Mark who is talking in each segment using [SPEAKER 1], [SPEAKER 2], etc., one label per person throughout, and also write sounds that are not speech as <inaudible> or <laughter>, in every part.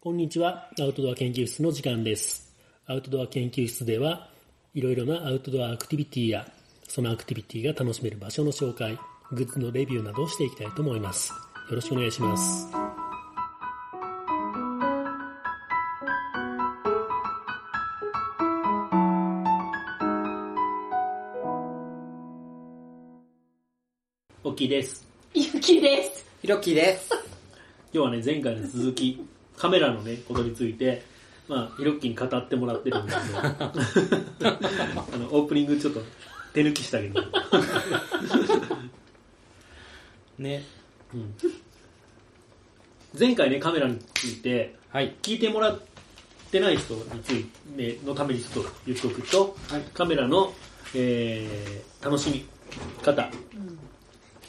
[SPEAKER 1] こんにちは。アウトドア研究室の時間です。アウトドア研究室では、いろいろなアウトドアアクティビティや、そのアクティビティが楽しめる場所の紹介、グッズのレビューなどをしていきたいと思います。よろしくお願いします。おきです。
[SPEAKER 2] ゆきです。
[SPEAKER 3] ひろきです。
[SPEAKER 1] 今日はね、前回の続き、カメラのね、ことについて、まあ、ヒロッキに語ってもらってるんですけど、あの、オープニングちょっと手抜きしたけど、
[SPEAKER 3] ね。
[SPEAKER 1] 前回ね、カメラについて、
[SPEAKER 3] はい。
[SPEAKER 1] 聞いてもらってない人についてのためにちょっと言っておくと、
[SPEAKER 3] はい
[SPEAKER 1] カメラの、えー楽しみ方っ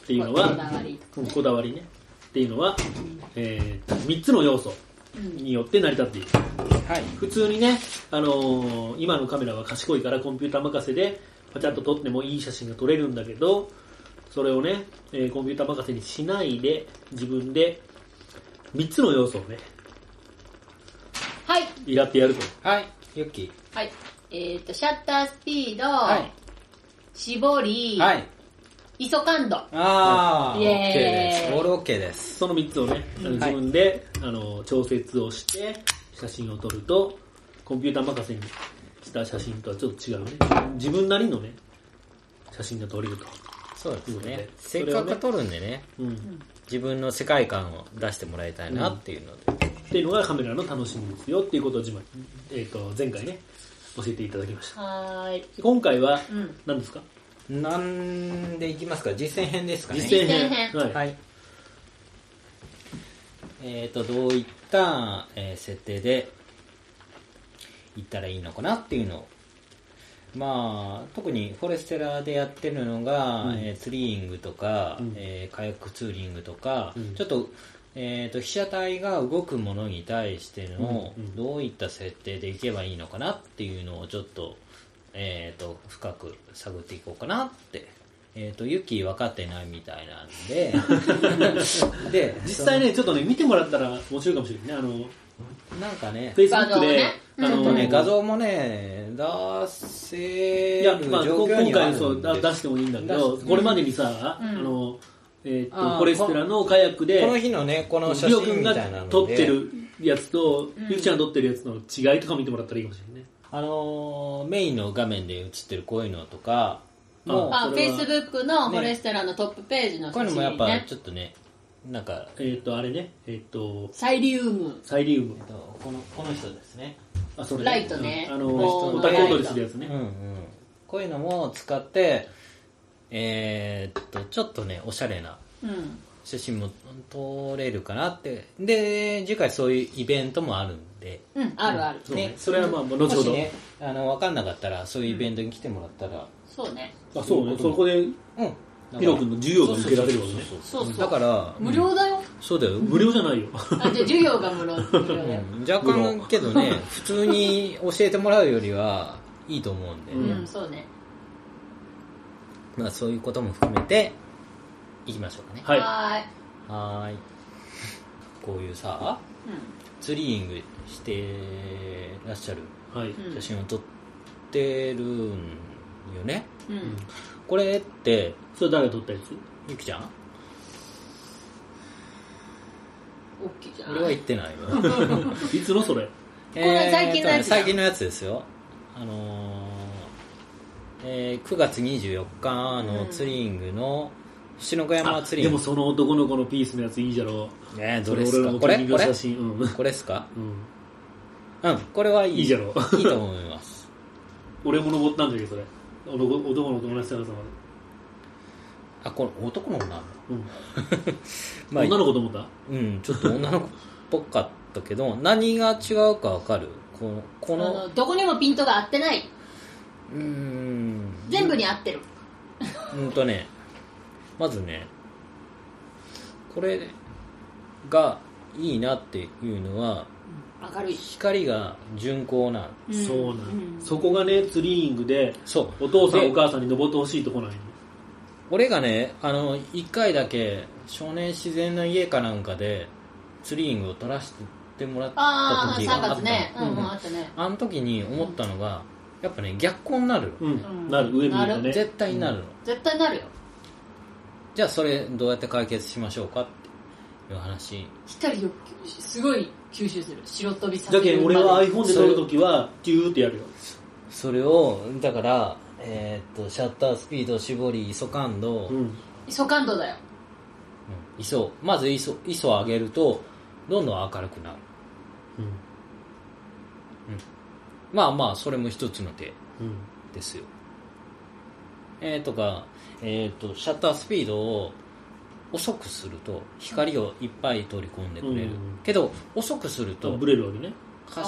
[SPEAKER 1] ていうの
[SPEAKER 2] こだ
[SPEAKER 1] は、
[SPEAKER 2] わり。
[SPEAKER 1] うんこだわりね、っていうのは、え3つの要素によって成り立っている。
[SPEAKER 3] はい。
[SPEAKER 1] 普通にね、あのー今のカメラは賢いからコンピューター任せでパチャッと撮ってもいい写真が撮れるんだけどそれをね、えーコンピューター任せにしないで自分で3つの要素をね
[SPEAKER 2] はい。
[SPEAKER 1] やってやると
[SPEAKER 3] はい。ゆっき
[SPEAKER 2] はい。えっ、と、シャッタースピード、
[SPEAKER 3] ー。
[SPEAKER 2] 絞り、
[SPEAKER 3] はい。
[SPEAKER 2] ISO 感度。
[SPEAKER 3] あー。
[SPEAKER 2] イエーイ
[SPEAKER 3] OK です。ボール OK です。
[SPEAKER 1] その3つをね、あの
[SPEAKER 3] うん
[SPEAKER 1] 自分で、あのー調節をして写真を撮るとコンピューター任せにした写真とはちょっと違うね自分なりのね写真が撮れると、
[SPEAKER 3] そうですね。
[SPEAKER 1] そ
[SPEAKER 3] せ
[SPEAKER 1] れを
[SPEAKER 3] っ
[SPEAKER 1] ね
[SPEAKER 3] かく撮るんでね、
[SPEAKER 1] うん、
[SPEAKER 3] 自分の世界観を出してもらいたいなっていうので。
[SPEAKER 1] っていうのがカメラの楽しみですよっていうことを自慢、えー、と前回ね教えていただきました
[SPEAKER 2] はーい。
[SPEAKER 1] 今回は
[SPEAKER 2] うん
[SPEAKER 1] 何ですか、
[SPEAKER 3] なんでいきますか実践編ですかね。
[SPEAKER 1] 実践編
[SPEAKER 2] 実践編
[SPEAKER 1] はい、
[SPEAKER 3] はい。えっ、と、どういった、えー設定で行ったらいいのかなっていうのを。まあ、特にフォレステラでやってるのが、
[SPEAKER 1] うん
[SPEAKER 3] えーツリーイングとか、
[SPEAKER 1] うん
[SPEAKER 3] えーカヤックツーリングとか、
[SPEAKER 1] うん
[SPEAKER 3] ちょっと、えっ、と、被写体が動くものに対しての、
[SPEAKER 1] うんうん
[SPEAKER 3] どういった設定でいけばいいのかなっていうのをちょっと、えっ、と、深く探っていこうかなって。えっ、と、ユキ分かってないみたいなんで、
[SPEAKER 1] <laughs>
[SPEAKER 3] で、
[SPEAKER 1] 実際ねちょっとね見てもらったら面白いかもしれないね
[SPEAKER 3] その、なんかね
[SPEAKER 1] あの、Facebook であ
[SPEAKER 2] 画像ね
[SPEAKER 3] ちょっ
[SPEAKER 1] の
[SPEAKER 3] とね、画像もね、出せ
[SPEAKER 1] いや、
[SPEAKER 3] る
[SPEAKER 1] まあ、
[SPEAKER 3] 状
[SPEAKER 1] こ
[SPEAKER 3] 況
[SPEAKER 1] 今
[SPEAKER 3] にはあ
[SPEAKER 1] 回
[SPEAKER 3] る
[SPEAKER 1] そ
[SPEAKER 3] ん
[SPEAKER 1] う
[SPEAKER 3] で
[SPEAKER 1] だ
[SPEAKER 3] す
[SPEAKER 1] 出してもいいんだけど
[SPEAKER 3] 出す
[SPEAKER 1] これまでにさ、
[SPEAKER 2] うん
[SPEAKER 1] あのえー、と
[SPEAKER 3] あー
[SPEAKER 1] フォレステラのカヤックで
[SPEAKER 3] この日のね、この写
[SPEAKER 1] りょうく
[SPEAKER 3] 真
[SPEAKER 1] ん
[SPEAKER 3] み
[SPEAKER 1] が
[SPEAKER 3] たいなので、
[SPEAKER 1] 撮ってるやつと、ゆきちゃんが撮ってるやつの違いとか見てもらったらいいかもしれないね
[SPEAKER 3] あのー、メインの画面で写ってるこういうのとか、もう、
[SPEAKER 2] あ、
[SPEAKER 1] それは
[SPEAKER 2] Facebook のフ
[SPEAKER 3] ね
[SPEAKER 2] ォレステラのトップページの
[SPEAKER 3] こ
[SPEAKER 2] 写
[SPEAKER 3] ういうの
[SPEAKER 2] 真
[SPEAKER 3] も
[SPEAKER 2] ね。
[SPEAKER 3] やっぱちょっとね、なんか、
[SPEAKER 1] えっ、とあれねえっ、と
[SPEAKER 2] サイリウム。
[SPEAKER 1] サイリウム
[SPEAKER 3] えっとこのこの人ですね。
[SPEAKER 1] あそれ
[SPEAKER 2] ライトね
[SPEAKER 1] うんあの
[SPEAKER 2] 棒
[SPEAKER 3] の
[SPEAKER 1] オタク踊りするやつね、
[SPEAKER 3] うんうん、こういうのも使って、えーっと、ちょっとね、おしゃれな
[SPEAKER 2] うん。
[SPEAKER 3] 写真も撮れるかなって。で、次回そういうイベントもあるんで、
[SPEAKER 2] うん、あるある。
[SPEAKER 1] そうね
[SPEAKER 3] ね
[SPEAKER 1] それはまあ後
[SPEAKER 3] も
[SPEAKER 1] ほ
[SPEAKER 3] し
[SPEAKER 1] ど、
[SPEAKER 3] ね、あの、わかんなかったら、そういうイベントに来てもらったら、
[SPEAKER 2] そうね。
[SPEAKER 1] あそうね
[SPEAKER 3] そういうこと
[SPEAKER 1] そこで
[SPEAKER 3] うん。
[SPEAKER 1] ヒロ君の授業が受けられるわけね
[SPEAKER 3] そう
[SPEAKER 2] そうそう
[SPEAKER 3] だから、
[SPEAKER 2] 無料だよ。
[SPEAKER 3] そうだよ。
[SPEAKER 1] 無料じゃないよ <laughs>
[SPEAKER 2] あ、じゃあ授業が無料。無料だよ。
[SPEAKER 3] 若干けどね、普通に教えてもらうよりは、いいと思うんで、
[SPEAKER 1] うん
[SPEAKER 2] うん、そうね。
[SPEAKER 3] まあそういうことも含めて、いきましょうかね。
[SPEAKER 1] はい
[SPEAKER 2] は
[SPEAKER 3] はーい。こういうさ、
[SPEAKER 2] ーい。
[SPEAKER 3] ツリーイングしてらっしゃる
[SPEAKER 1] はい、
[SPEAKER 2] うん
[SPEAKER 3] 写真を撮ってるんよね。
[SPEAKER 2] うん。うん。
[SPEAKER 3] これって、
[SPEAKER 1] それ誰が撮ったや
[SPEAKER 3] ゆきちゃん
[SPEAKER 2] 大きいじゃん。
[SPEAKER 3] 俺は言ってないよ。
[SPEAKER 1] <laughs>
[SPEAKER 2] <laughs>
[SPEAKER 1] ついつのそれ
[SPEAKER 2] れ最近のやつ
[SPEAKER 3] えーっとね最近のやつですよ。あのーえー9月24日のツリーイングの、篠の山ツリー
[SPEAKER 1] で
[SPEAKER 3] イン
[SPEAKER 1] も
[SPEAKER 3] グ。
[SPEAKER 1] その男の子のピースのやついいじゃろ
[SPEAKER 3] ね
[SPEAKER 1] う
[SPEAKER 3] どれで
[SPEAKER 1] そ
[SPEAKER 3] す
[SPEAKER 1] 俺
[SPEAKER 3] か
[SPEAKER 1] の
[SPEAKER 3] こ
[SPEAKER 1] トレーニ
[SPEAKER 3] れ
[SPEAKER 1] ング
[SPEAKER 3] こ
[SPEAKER 1] の写
[SPEAKER 3] れ
[SPEAKER 1] 真うん、
[SPEAKER 3] これですか
[SPEAKER 1] うん、
[SPEAKER 3] うん、これはいい。
[SPEAKER 1] いいじゃろ
[SPEAKER 3] いいと思います。
[SPEAKER 1] 俺も登ったんだけどそれ男男の友達だからさ、
[SPEAKER 3] あ、これ男の子なの
[SPEAKER 1] うん
[SPEAKER 3] まあ
[SPEAKER 1] 女の子と思った
[SPEAKER 3] うん、ちょっと女の子っぽかったけど、 <laughs> 何が違うかわかるこの、こ
[SPEAKER 2] あ
[SPEAKER 3] の、
[SPEAKER 2] の、どこにもピントが合ってない。
[SPEAKER 3] うーん、
[SPEAKER 2] 全部に合ってる。
[SPEAKER 3] うんとね、まずね、これがいいなっていうのは、
[SPEAKER 2] 明るい。
[SPEAKER 3] 光が順光なん。
[SPEAKER 2] ん
[SPEAKER 1] そうなん、
[SPEAKER 2] うん
[SPEAKER 1] そこがねツリーイングで
[SPEAKER 3] そう。
[SPEAKER 1] お父さん
[SPEAKER 3] で
[SPEAKER 1] お母さんに登ってほしいとこなんよ
[SPEAKER 3] 俺がね、あの、一回だけ、少年自然の家かなんかで、ツリーイングを撮らせてってもらった
[SPEAKER 2] ああ
[SPEAKER 3] 時
[SPEAKER 2] 3
[SPEAKER 3] があった
[SPEAKER 2] 月ねうん
[SPEAKER 3] う
[SPEAKER 2] うんんあったね
[SPEAKER 3] あの時に思ったのがやっぱね逆光になる
[SPEAKER 1] う
[SPEAKER 3] の、
[SPEAKER 1] ん、なる、上見ると
[SPEAKER 2] な
[SPEAKER 1] ね。
[SPEAKER 3] 絶対になるの、
[SPEAKER 2] 絶対なるよ
[SPEAKER 3] じゃあそれどうやって解決しましょうかっていう話
[SPEAKER 2] 光をすごい吸収する白飛びさせ
[SPEAKER 1] だ
[SPEAKER 2] る
[SPEAKER 1] けど俺は
[SPEAKER 2] まで
[SPEAKER 1] iPhone で撮るときは、ギューってやるよ。
[SPEAKER 3] それをだからえーっとシャッタースピード絞り ISO 感度、
[SPEAKER 1] う
[SPEAKER 3] うん
[SPEAKER 1] ん。
[SPEAKER 2] ISO 感度だよ
[SPEAKER 3] ISO まず ISO, ISO を上げるとどんどん明るくなる
[SPEAKER 1] うん。
[SPEAKER 3] まあまあそれも一つの手
[SPEAKER 1] うん。
[SPEAKER 3] ですよえー、とか、えー、とシャッタースピードを遅くすると光をいっぱい取り込んでくれる、
[SPEAKER 1] うん
[SPEAKER 3] けど遅くすると
[SPEAKER 1] ブレるわけね。
[SPEAKER 3] 発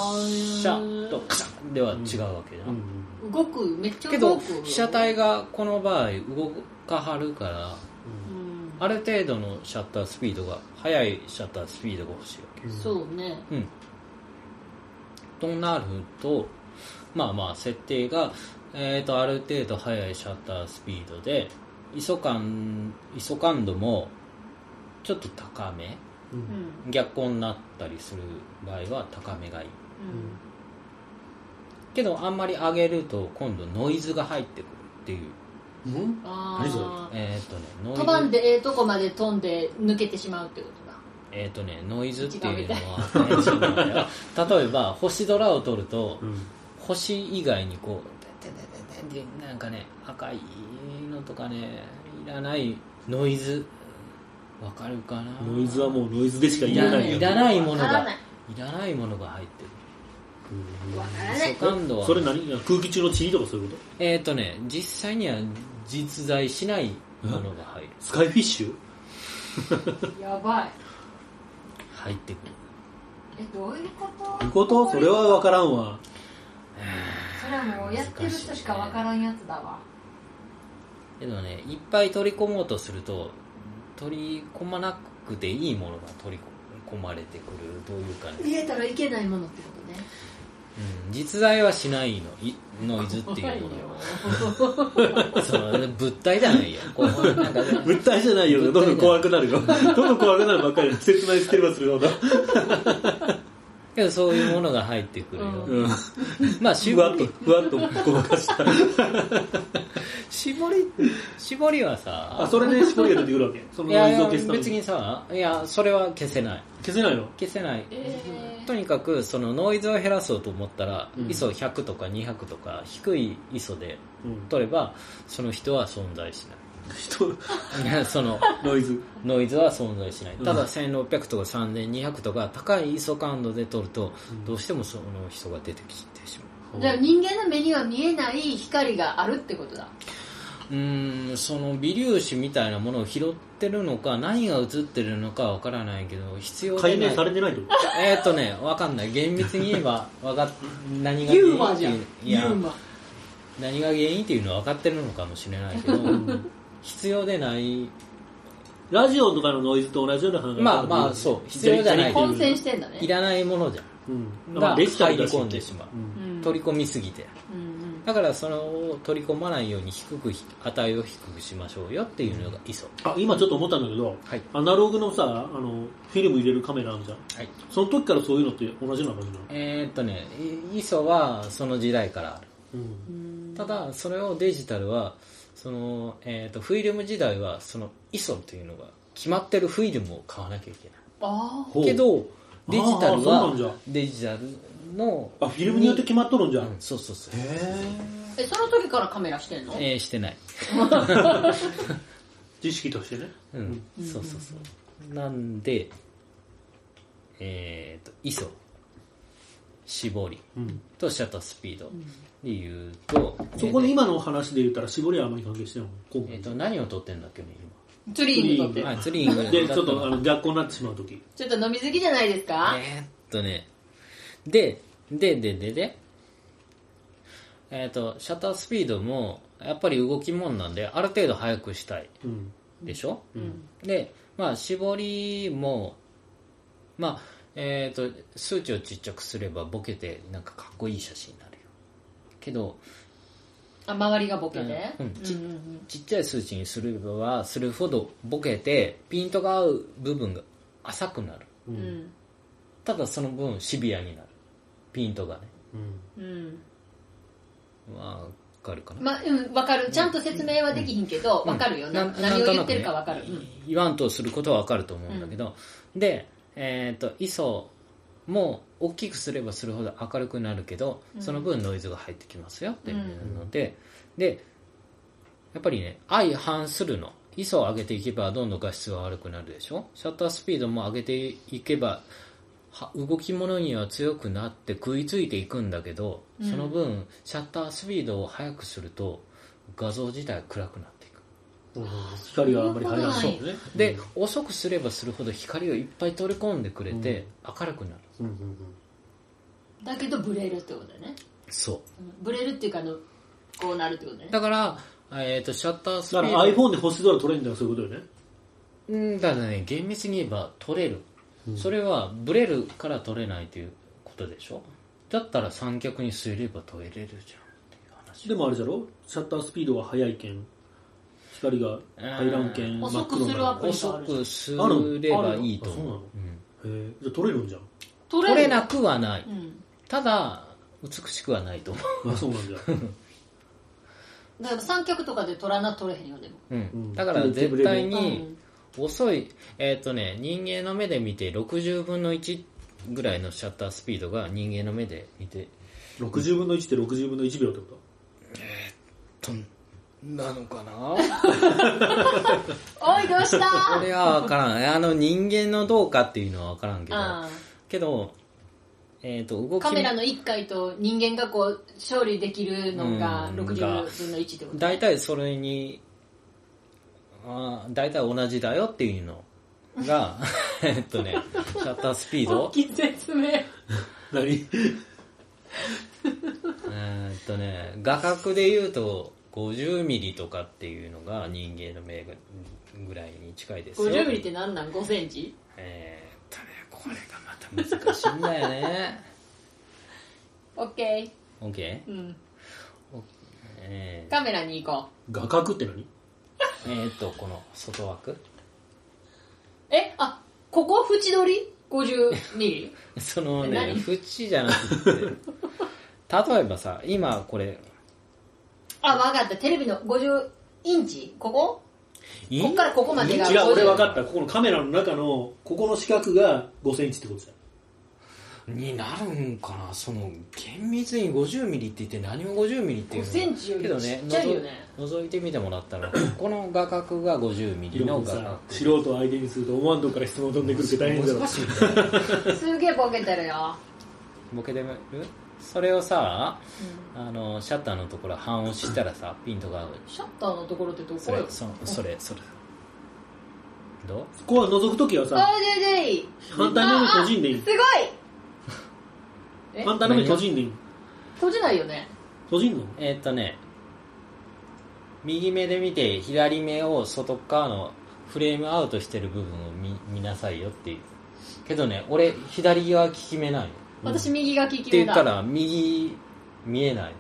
[SPEAKER 3] 射とカシャンでは違うわけだ、
[SPEAKER 1] うん。
[SPEAKER 2] 動くめっち
[SPEAKER 3] け
[SPEAKER 2] ゃ動
[SPEAKER 3] ど
[SPEAKER 2] く
[SPEAKER 3] 被写体がこの場合動かはるから
[SPEAKER 2] うん
[SPEAKER 3] ある程度のシャッタースピードが速いシャッタースピードが欲しいわけ
[SPEAKER 2] そうね
[SPEAKER 3] うんとなるとまあまあ設定が、えー、とある程度速いシャッタースピードで ISO 感 ISO 感度もちょっと高め
[SPEAKER 1] う。
[SPEAKER 2] うんん
[SPEAKER 3] 逆光になったりする場合は高めがいいけどあんまり上げると今度ノイズが入ってくるっていう
[SPEAKER 1] うん。うん
[SPEAKER 2] あ
[SPEAKER 1] 何それ
[SPEAKER 2] あ
[SPEAKER 3] えーっ、とねノイズ
[SPEAKER 2] 飛んでええとこまで飛んで抜けてしまうってことだ
[SPEAKER 3] えーっ、とねノイズっていうのは例えば星空を撮ると、
[SPEAKER 1] うん。
[SPEAKER 3] 星以外にこうてんてんてんてんてんってなんかね赤いのとかねいらないノイズわかるかな
[SPEAKER 1] ノイズはもうノイズでしか
[SPEAKER 3] い
[SPEAKER 1] 言え
[SPEAKER 3] ら
[SPEAKER 1] な
[SPEAKER 3] ない
[SPEAKER 1] いよ
[SPEAKER 3] いらないもの
[SPEAKER 2] わから
[SPEAKER 3] が
[SPEAKER 2] ない
[SPEAKER 3] いらないものが入ってる
[SPEAKER 1] うん
[SPEAKER 2] わからな
[SPEAKER 3] セ
[SPEAKER 2] い
[SPEAKER 3] カンドは
[SPEAKER 1] それ何空気中の塵とかそういうこと
[SPEAKER 3] えっ、ー、とね実際には実在しないものが入る
[SPEAKER 1] スカイフィッシュ
[SPEAKER 2] やばい
[SPEAKER 3] 入ってくる
[SPEAKER 2] えどういうこと
[SPEAKER 1] いうことそれは分からんわ。
[SPEAKER 4] それはもうやってる人しかわからんやつだわ
[SPEAKER 3] けどねいっぱい取り込もうとすると取り込まなくていいものが取り込まれてくるというかね
[SPEAKER 2] 入れたらいけないものってことね
[SPEAKER 3] うん実在はしないのいノイズっていうものその物体じゃないよこうなんかね
[SPEAKER 1] 物体じゃないよ。どんどん怖くなるよ。どんどん怖くなるばっかりだ。切ないステルバするほど。
[SPEAKER 3] けどそういうものが入ってくるよ、
[SPEAKER 1] うん。
[SPEAKER 3] まあ
[SPEAKER 1] ふわ
[SPEAKER 3] 絞
[SPEAKER 1] っと、
[SPEAKER 3] り
[SPEAKER 1] ふわっとごまかした。
[SPEAKER 3] 絞り絞りは
[SPEAKER 1] あ、
[SPEAKER 3] さ
[SPEAKER 1] それで絞りが出てくるわけ。その
[SPEAKER 3] い
[SPEAKER 1] ノ
[SPEAKER 3] や
[SPEAKER 1] イ
[SPEAKER 3] い
[SPEAKER 1] ズを
[SPEAKER 3] や
[SPEAKER 1] 消すため
[SPEAKER 3] 別
[SPEAKER 1] に。
[SPEAKER 3] にさいやそれは消せない
[SPEAKER 1] 消せないの
[SPEAKER 3] 消せない、
[SPEAKER 2] え
[SPEAKER 3] とにかくそのノイズを減らそうと思ったら、
[SPEAKER 1] うん
[SPEAKER 3] ISO100 とか200とか低い ISO で
[SPEAKER 1] うん。
[SPEAKER 3] 取ればその人は存在し
[SPEAKER 1] 人、
[SPEAKER 3] ないい
[SPEAKER 1] <laughs>
[SPEAKER 3] やその
[SPEAKER 1] ノイズ。
[SPEAKER 3] ノイズは存在しない。
[SPEAKER 1] うん
[SPEAKER 3] ただ1600とか3200とか高い ISO 感度で撮ると
[SPEAKER 1] うん、
[SPEAKER 3] どうしてもその人が出てきてしま
[SPEAKER 2] ーじゃあ人間の目には見えない光があるってことだ
[SPEAKER 3] う。うーん、その微粒子みたいなものを拾ってるのか、何が映ってるのかわからないけど、必要で
[SPEAKER 1] 解
[SPEAKER 3] な
[SPEAKER 1] 明さ
[SPEAKER 3] い。
[SPEAKER 1] れてないってこ
[SPEAKER 3] えーっとね、わかんない。厳密に言えば、わ
[SPEAKER 1] <laughs>
[SPEAKER 3] かっ、何が
[SPEAKER 2] ユーマじゃん
[SPEAKER 3] っていうい
[SPEAKER 2] ユ
[SPEAKER 3] や
[SPEAKER 2] ー、マ
[SPEAKER 3] 何が原因っていうのは分かってるのかもしれないけど、必要でない。
[SPEAKER 1] とラジオとかのノイズと同じような話
[SPEAKER 3] まあまあそう必要じゃない
[SPEAKER 1] ジャリ
[SPEAKER 2] 混戦してんだね
[SPEAKER 3] いらないものじゃん。
[SPEAKER 1] うん。ま
[SPEAKER 3] が
[SPEAKER 1] あデ
[SPEAKER 3] 入り
[SPEAKER 1] ジタルだ
[SPEAKER 3] 込んでしまう。
[SPEAKER 1] うん
[SPEAKER 2] うん
[SPEAKER 3] 取り込みすぎて。
[SPEAKER 2] うんうん
[SPEAKER 3] だからそれを取り込まないように低く値を低くしましょうよっていうのが ISO
[SPEAKER 1] あ、今ちょっと思ったんだけど、
[SPEAKER 3] はい
[SPEAKER 1] アナログのさ、あの、フィルム入れるカメラあるじゃん。
[SPEAKER 3] はい
[SPEAKER 1] その時からそういうのって同じような感じなの
[SPEAKER 3] えーっとねい ISO はその時代からあ
[SPEAKER 1] う
[SPEAKER 3] る
[SPEAKER 1] ん。
[SPEAKER 3] ただそれをデジタルはその、えーっとフィルム時代はその ISO というのが決まってるフィルムを買わなきゃいけな
[SPEAKER 2] あ
[SPEAKER 1] ほう
[SPEAKER 3] いけどデジタル
[SPEAKER 1] あーそうなんじゃ
[SPEAKER 3] はデジタルの
[SPEAKER 1] あ、フィルムによって決まっとるんじゃん。
[SPEAKER 3] うんそうそうそう、
[SPEAKER 2] あえその時からカメラしてんの
[SPEAKER 3] えーしてない
[SPEAKER 1] 知識としてね。
[SPEAKER 3] うん、そうそうそうなんでえーっと ISO 絞り
[SPEAKER 1] うん。
[SPEAKER 3] とシャッタースピードで言うと、
[SPEAKER 1] そこで今の話で言ったら絞りはあまり関係してないもん
[SPEAKER 3] えっ、
[SPEAKER 1] 今
[SPEAKER 3] と、何を撮ってんだっけね、
[SPEAKER 2] ツリーにとっ
[SPEAKER 1] ツリー
[SPEAKER 2] て
[SPEAKER 3] 今。あ、ツリング
[SPEAKER 1] 回。で、ちょっとあ
[SPEAKER 3] だ
[SPEAKER 1] の逆光になってしまう時。
[SPEAKER 2] ちょっと飲み過ぎじゃないです
[SPEAKER 3] た
[SPEAKER 2] か
[SPEAKER 3] のえーっとね、で、で、で、で、で、えーっと、シャッタースピードも、やっぱり動きもんなんで、ある程度速くしたい
[SPEAKER 1] うん。
[SPEAKER 3] でしょ、
[SPEAKER 1] ん
[SPEAKER 3] で、まあ、絞りも、まあ、えーっと、数値をちっちゃくすれば、ボケて、なんかかっこいい写真になるよ。けど、
[SPEAKER 2] あ周りがボケて
[SPEAKER 3] うん
[SPEAKER 2] うんうんうん
[SPEAKER 3] ちっちゃい数値にすればするほどボケてピントが合う部分が浅くなる
[SPEAKER 1] う。
[SPEAKER 2] うんん
[SPEAKER 3] ただその分シビアになるピントがね
[SPEAKER 5] うん
[SPEAKER 2] うん
[SPEAKER 3] わかるかな、
[SPEAKER 2] まあ、うん、わかる。ちゃんと説明はできひんけど、わかるよ。な
[SPEAKER 3] な
[SPEAKER 2] 何を言ってるかわかる。う
[SPEAKER 3] なんとなくね
[SPEAKER 2] ん
[SPEAKER 3] 言わんとすることはわかると思うんだけど、で、えっと磯も大きくすればするほど明るくなるけど
[SPEAKER 2] うん
[SPEAKER 3] その分ノイズが入ってきますよっていうので、でやっぱりね相反するの磯を上げていけばどんどん画質は悪くなるでしょシャッタースピードも上げていけばは動き物には強くなって食いついていくんだけど
[SPEAKER 2] うん
[SPEAKER 3] その分シャッタースピードを速くすると画像自体暗くなっていく
[SPEAKER 1] 光があんまり入らないんだね
[SPEAKER 3] で、遅くすればするほど光をいっぱい取り込んでくれて、明るくなる
[SPEAKER 1] うんうんうん
[SPEAKER 2] だけど、ブレるってことだね。
[SPEAKER 3] そ
[SPEAKER 2] うんブレるっていうか、あの、こうなるってことだ
[SPEAKER 3] う
[SPEAKER 2] ね。
[SPEAKER 3] だから、えー、とシャッタースピ
[SPEAKER 1] だか
[SPEAKER 3] ー
[SPEAKER 1] ら
[SPEAKER 3] ド
[SPEAKER 1] iPhone で星空撮れるんだよそういうことよね
[SPEAKER 3] うんだからね厳密に言えば取れる、それはブレるから取れないということでしょだったら三脚に据えれば取れるじゃんっていう話
[SPEAKER 1] でもあれじゃろシャッタースピードが速いけん光が入らんけん
[SPEAKER 2] うん
[SPEAKER 1] 真っ黒にな
[SPEAKER 2] 遅く
[SPEAKER 1] る
[SPEAKER 2] する
[SPEAKER 3] 遅くすればいいと思う
[SPEAKER 1] あるの
[SPEAKER 3] う
[SPEAKER 1] へ
[SPEAKER 3] ん
[SPEAKER 1] えじゃあ撮れるんじゃん
[SPEAKER 2] 取
[SPEAKER 3] 取れ
[SPEAKER 2] な
[SPEAKER 3] なくはない
[SPEAKER 2] うん。
[SPEAKER 3] ただ美しくはないと思
[SPEAKER 1] あそうなんじゃ
[SPEAKER 2] だから三脚とかで取らな、取れへんよ、でも。
[SPEAKER 3] う、うん
[SPEAKER 1] ん
[SPEAKER 3] だから絶対
[SPEAKER 1] う
[SPEAKER 3] に、遅い、えっ、とね、人間の目で見て60分の1ぐらいのシャッタースピードが人間の目で見て、
[SPEAKER 1] 60分の1って60分の1秒ってこと
[SPEAKER 3] とん、なのかな
[SPEAKER 2] おい、どうした
[SPEAKER 3] これはわからん。あの人間のどうかっていうのはわからんけど、
[SPEAKER 2] あ
[SPEAKER 3] けど、えっ、と、動
[SPEAKER 2] あ
[SPEAKER 3] き、
[SPEAKER 2] カメラの1回と人間がこう、勝利できるのが
[SPEAKER 3] うん
[SPEAKER 2] 60分の1ってことだね
[SPEAKER 3] 大体それに、あー大体同じだよっていうのが、えっとね、シャッタースピード
[SPEAKER 2] 大きい説明。
[SPEAKER 1] 何
[SPEAKER 3] えーっとね画角で言うと50ミリとかっていうのが人間の目ぐらいに近いですよ
[SPEAKER 2] 50ミリってなんなん ?5 センチ
[SPEAKER 3] えーっとねこれがまた難しいんだよね <laughs>
[SPEAKER 2] オッケ
[SPEAKER 3] OK?
[SPEAKER 2] ー。うん。
[SPEAKER 3] えー
[SPEAKER 2] カメラに行こう。
[SPEAKER 1] 画角って何
[SPEAKER 3] えーっとこの外枠 <laughs>
[SPEAKER 2] え、あ、ここ縁取り ?50 ミ <laughs> リ
[SPEAKER 3] そのね
[SPEAKER 2] 何
[SPEAKER 3] 縁じゃなくて例えばさ今これ
[SPEAKER 2] あ、わかった。テレビの50インチここ
[SPEAKER 3] イ
[SPEAKER 2] こっからここまでが
[SPEAKER 1] 違う俺分
[SPEAKER 2] 50。
[SPEAKER 1] かったここのカメラの中のここの四角が5センチってことじゃん
[SPEAKER 3] になるんかなその厳密に50ミリって言って何も50ミリっていうの
[SPEAKER 2] 5センチより
[SPEAKER 3] けどね
[SPEAKER 2] ちっちゃいよね
[SPEAKER 3] のぞ覗いてみてもらったらここの画角が50ミリ
[SPEAKER 1] 色
[SPEAKER 3] の
[SPEAKER 1] 々
[SPEAKER 3] 画
[SPEAKER 1] さ
[SPEAKER 3] 角
[SPEAKER 1] 素人相手にすると思わんとこから質問飛んでくるって大変だろ
[SPEAKER 3] 難しいんだよ
[SPEAKER 2] すげえボケてるよ。
[SPEAKER 3] ボケてみるそれをさあのシャッターのところ半押したらさピントが合う
[SPEAKER 2] シャッターのところってど
[SPEAKER 3] そ
[SPEAKER 2] こ
[SPEAKER 3] れ
[SPEAKER 2] よ
[SPEAKER 3] そのそれそれどう
[SPEAKER 1] そこは覗くときは
[SPEAKER 2] あ
[SPEAKER 1] さ、
[SPEAKER 2] ー、ででいい。
[SPEAKER 1] 反対の目閉じんでいい
[SPEAKER 2] す。ごい
[SPEAKER 1] <laughs>
[SPEAKER 2] え
[SPEAKER 1] 反対の目閉じんでいい。
[SPEAKER 2] 閉じないよね。
[SPEAKER 1] 閉じんの
[SPEAKER 3] えーっとね右目で見て左目を外側のフレームアウトしてる部分を見見なさいよっていうけどね俺左側利き目ないよ
[SPEAKER 2] 私右が利
[SPEAKER 3] っ
[SPEAKER 2] き
[SPEAKER 3] て
[SPEAKER 2] 目
[SPEAKER 3] 言った
[SPEAKER 2] だ。
[SPEAKER 3] ら右見えない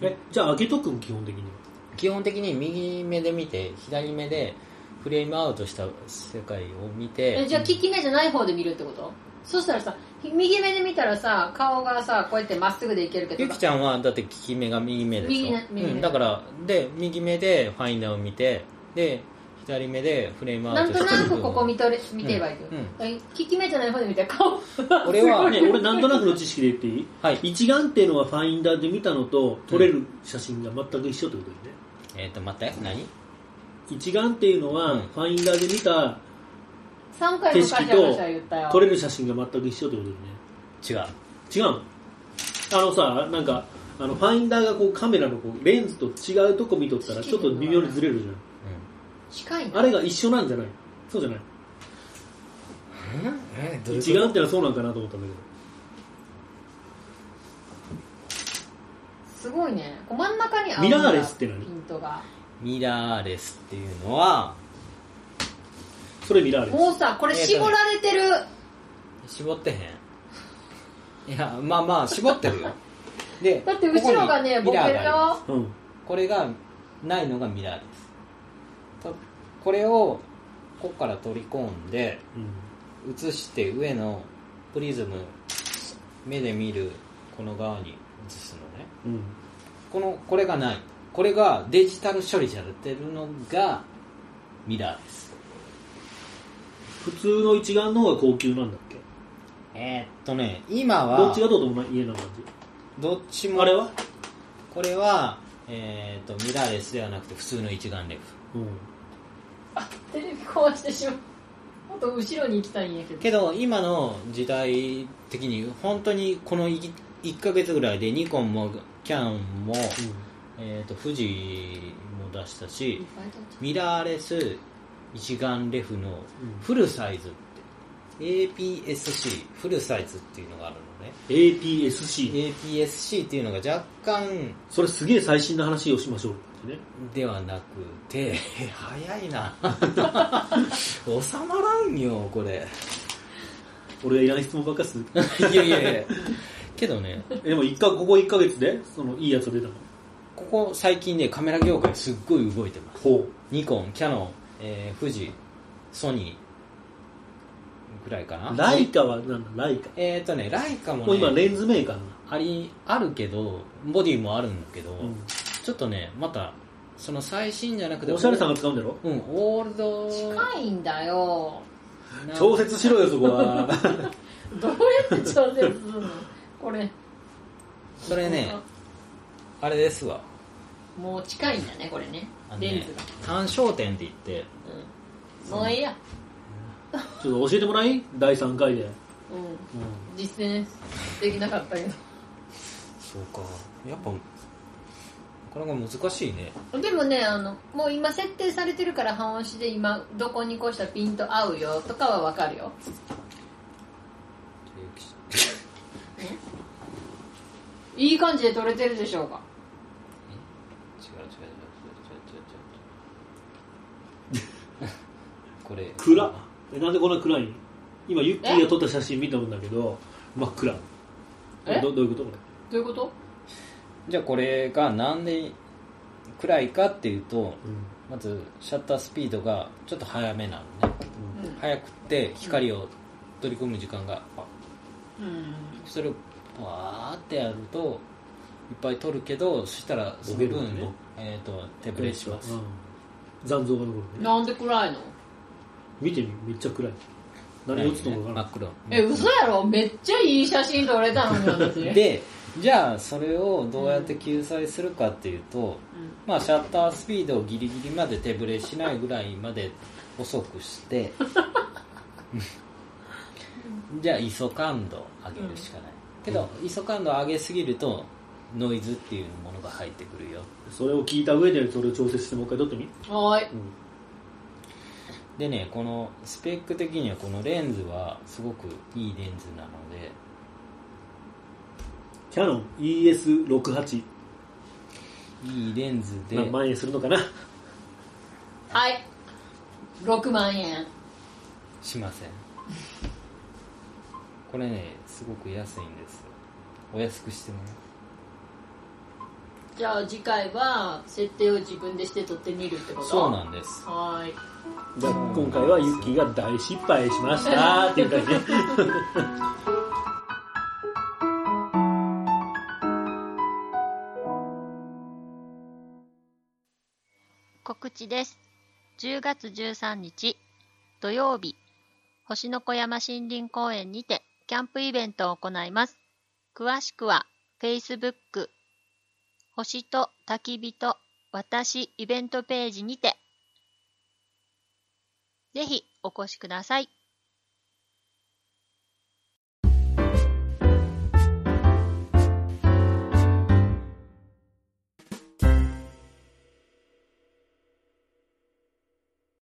[SPEAKER 3] の
[SPEAKER 1] え、じゃあ開けとくん、基本的には。
[SPEAKER 3] 基本的に右目で見て左目でフレームアウトした世界を見
[SPEAKER 2] え、
[SPEAKER 3] て
[SPEAKER 2] じゃあ利き目じゃない方で見るってことそしたらさ、右目で見たらさ、顔がさ、こうやってまっすぐでいけるけど。
[SPEAKER 3] ゆきちゃんはだって利き目が右目でし
[SPEAKER 2] 右
[SPEAKER 3] ょ
[SPEAKER 2] ね、右目
[SPEAKER 3] うん、だからで右目でファインダーを見てで左目でフレームア
[SPEAKER 2] な
[SPEAKER 3] ウ
[SPEAKER 2] ん
[SPEAKER 3] ト
[SPEAKER 2] と
[SPEAKER 3] して
[SPEAKER 2] な
[SPEAKER 3] る部分
[SPEAKER 2] くここ見とれ見てればいいけど、利き目じゃない方で見たら顔 <laughs>
[SPEAKER 3] 俺は
[SPEAKER 1] ね、俺なんとなくの知識で言っていい
[SPEAKER 3] はい
[SPEAKER 1] 一眼っていうのはファインダーで見たのと、撮れる写真が全く一緒ってことよね。
[SPEAKER 3] えっ、と待って何
[SPEAKER 1] 一眼っていうのは、
[SPEAKER 3] うん
[SPEAKER 1] ファインダーで見た、
[SPEAKER 2] 3回もカシャカシャ言ったよ
[SPEAKER 1] 撮れる写真が全く一緒ってことよね。
[SPEAKER 3] 違う
[SPEAKER 1] 違うのあのさ、なんか、あの、ファインダーがこうカメラのこうレンズと違うとこ見とったら、ちょっと微妙にずれるじ
[SPEAKER 2] 近い
[SPEAKER 1] ゃん。あ
[SPEAKER 2] な
[SPEAKER 1] れが一緒なんじゃないそうじゃない
[SPEAKER 3] え
[SPEAKER 1] 一眼ってのはそうなんかなと思ったんだけど。
[SPEAKER 2] すごいねこう真ん中に合
[SPEAKER 1] ミラーレスって何
[SPEAKER 2] ピントが
[SPEAKER 3] ミラーレスっていうのは
[SPEAKER 1] それミラーレス。
[SPEAKER 2] もうさこれ絞られてる、
[SPEAKER 3] 絞ってへんいやまあまあ絞っ
[SPEAKER 1] <laughs>
[SPEAKER 3] てるよで
[SPEAKER 2] だって後ろがね
[SPEAKER 3] ここにミラー
[SPEAKER 2] ボケる
[SPEAKER 3] がありま
[SPEAKER 2] よ
[SPEAKER 3] す
[SPEAKER 1] うん。
[SPEAKER 3] これがないのがミラーですとこれをここから取り込んで
[SPEAKER 1] うん
[SPEAKER 3] 映して上のプリズム目で見るこの側に映すのね
[SPEAKER 1] うん。
[SPEAKER 3] このこれがないこれがデジタル処理されてるのがミラーです
[SPEAKER 1] 普通の一眼の方が高級なんだっけ
[SPEAKER 3] えー、っとね今は
[SPEAKER 1] どっちがどうでもない家な感じ。
[SPEAKER 3] どっちも
[SPEAKER 1] あれは
[SPEAKER 3] これは、えー、っとミラーレスではなくて普通の一眼レフ
[SPEAKER 1] うん。
[SPEAKER 2] テレビ壊してしまう。もっと後ろに行きたいんやけど。
[SPEAKER 3] けど今の時代的に本当にこの1ヶ月ぐらいでニコンもキャノンも、えー、と富士も出したしミラーレス一眼レフのフルサイズって、APS-C フルサイズっていうのがあるのね
[SPEAKER 1] APS-C。
[SPEAKER 3] APS-C っていうのが若干
[SPEAKER 1] それすげえ最新な話をしましょうってね。
[SPEAKER 3] ではなくて <laughs> 早いな収まらんよこれ
[SPEAKER 1] 俺がいらない質問ばっかりする。 <laughs>
[SPEAKER 3] いやいやいやけどね
[SPEAKER 1] えでも一か、ここ1ヶ月で、その、いいやつが出たの。
[SPEAKER 3] ここ最近ねカメラ業界すっごい動いてます
[SPEAKER 1] ほ
[SPEAKER 3] ニコンキャノン、えー富士ソニーぐらいかな
[SPEAKER 1] ライカはなんだ、ライカ。
[SPEAKER 3] えっ、とねライカも,、ね、
[SPEAKER 1] もう今レンズメーカーな
[SPEAKER 3] ありあるけどボディもあるんだけど、
[SPEAKER 1] の。
[SPEAKER 3] ちょっとねまたその最新じゃなく
[SPEAKER 1] うん。
[SPEAKER 3] て
[SPEAKER 1] おしゃれさんが使うんだろ
[SPEAKER 3] うんオールド
[SPEAKER 2] 近いんだよ。
[SPEAKER 3] な
[SPEAKER 1] 調節しろよ、そこは。
[SPEAKER 2] どうやって調節するのこれ。
[SPEAKER 3] それねあれですわ
[SPEAKER 2] もう近いんだね、これね
[SPEAKER 3] あ。のね
[SPEAKER 2] レンズが。
[SPEAKER 3] 単焦点って言って
[SPEAKER 2] うん。もういいや。
[SPEAKER 1] <laughs> ちょっと教えてもらい第3回で。
[SPEAKER 2] う
[SPEAKER 1] う
[SPEAKER 2] ん。実践できなかったけ
[SPEAKER 3] そうかやっぱなかなか難しいね <laughs>
[SPEAKER 2] ど。でもね、あの、もう今設定されてるから半押しで今、どこにこうしたらピント合うよとかはわかるよ。いい感じで撮れてるでしょうか。
[SPEAKER 3] 違う違う違う違う違う違う違うこれ
[SPEAKER 1] 暗っえなんでこんな暗いの今、ユッキーが撮った写真見たんだけど、真っ暗。
[SPEAKER 2] え
[SPEAKER 1] どどういうことこれ。
[SPEAKER 2] どういうこと
[SPEAKER 3] じゃあこれがなんで暗いかっていうとまずシャッタースピードがちょっと速めなのね
[SPEAKER 2] うん
[SPEAKER 3] 速くって光を取り込む時間があ
[SPEAKER 2] うん。
[SPEAKER 3] それをわーってやるといっぱい取るけどそしたらその
[SPEAKER 1] ボケる
[SPEAKER 3] 分、
[SPEAKER 1] んだね
[SPEAKER 3] えっと手ブレします、
[SPEAKER 1] うん残像が残るね。
[SPEAKER 2] なんで暗いの
[SPEAKER 1] 見てみ、めっちゃ暗い。何映ってもわか
[SPEAKER 3] 真
[SPEAKER 1] ら
[SPEAKER 3] っ黒
[SPEAKER 2] え、嘘やろめっちゃいい写真撮れたのに私。
[SPEAKER 3] でじゃあそれをどうやって救済するかっていうと、
[SPEAKER 2] うん
[SPEAKER 3] まあ、シャッタースピードをギリギリまで手ぶれしないぐらいまで遅くしてじゃあ ISO 感度上げるしかない、けど ISO 感度上げすぎるとノイズっていうものが入ってくる
[SPEAKER 1] な
[SPEAKER 3] よ
[SPEAKER 1] い。それを聞いた上で、それを調節してもう一回撮ってみ。
[SPEAKER 2] はーい。
[SPEAKER 3] でねこのスペック的にはこのレンズはすごくいいレンズなので
[SPEAKER 1] キャノン ES68。
[SPEAKER 3] いいレンズで
[SPEAKER 1] 何万円するのかな
[SPEAKER 2] はい。6万円。
[SPEAKER 3] しませんこれねすごく安いんですお安くしてもね
[SPEAKER 2] じゃあ次回は設定を自分でして撮ってみるってこと
[SPEAKER 3] そうなんです
[SPEAKER 2] はーい。
[SPEAKER 1] じゃあ今回はユッキーが大失敗しましたっていう感じね
[SPEAKER 6] 告知です。10月13日土曜日、星の小山森林公園にてキャンプイベントを行います。詳しくは Facebook、星と焚き火と私イベントページにて、ぜひお越しください。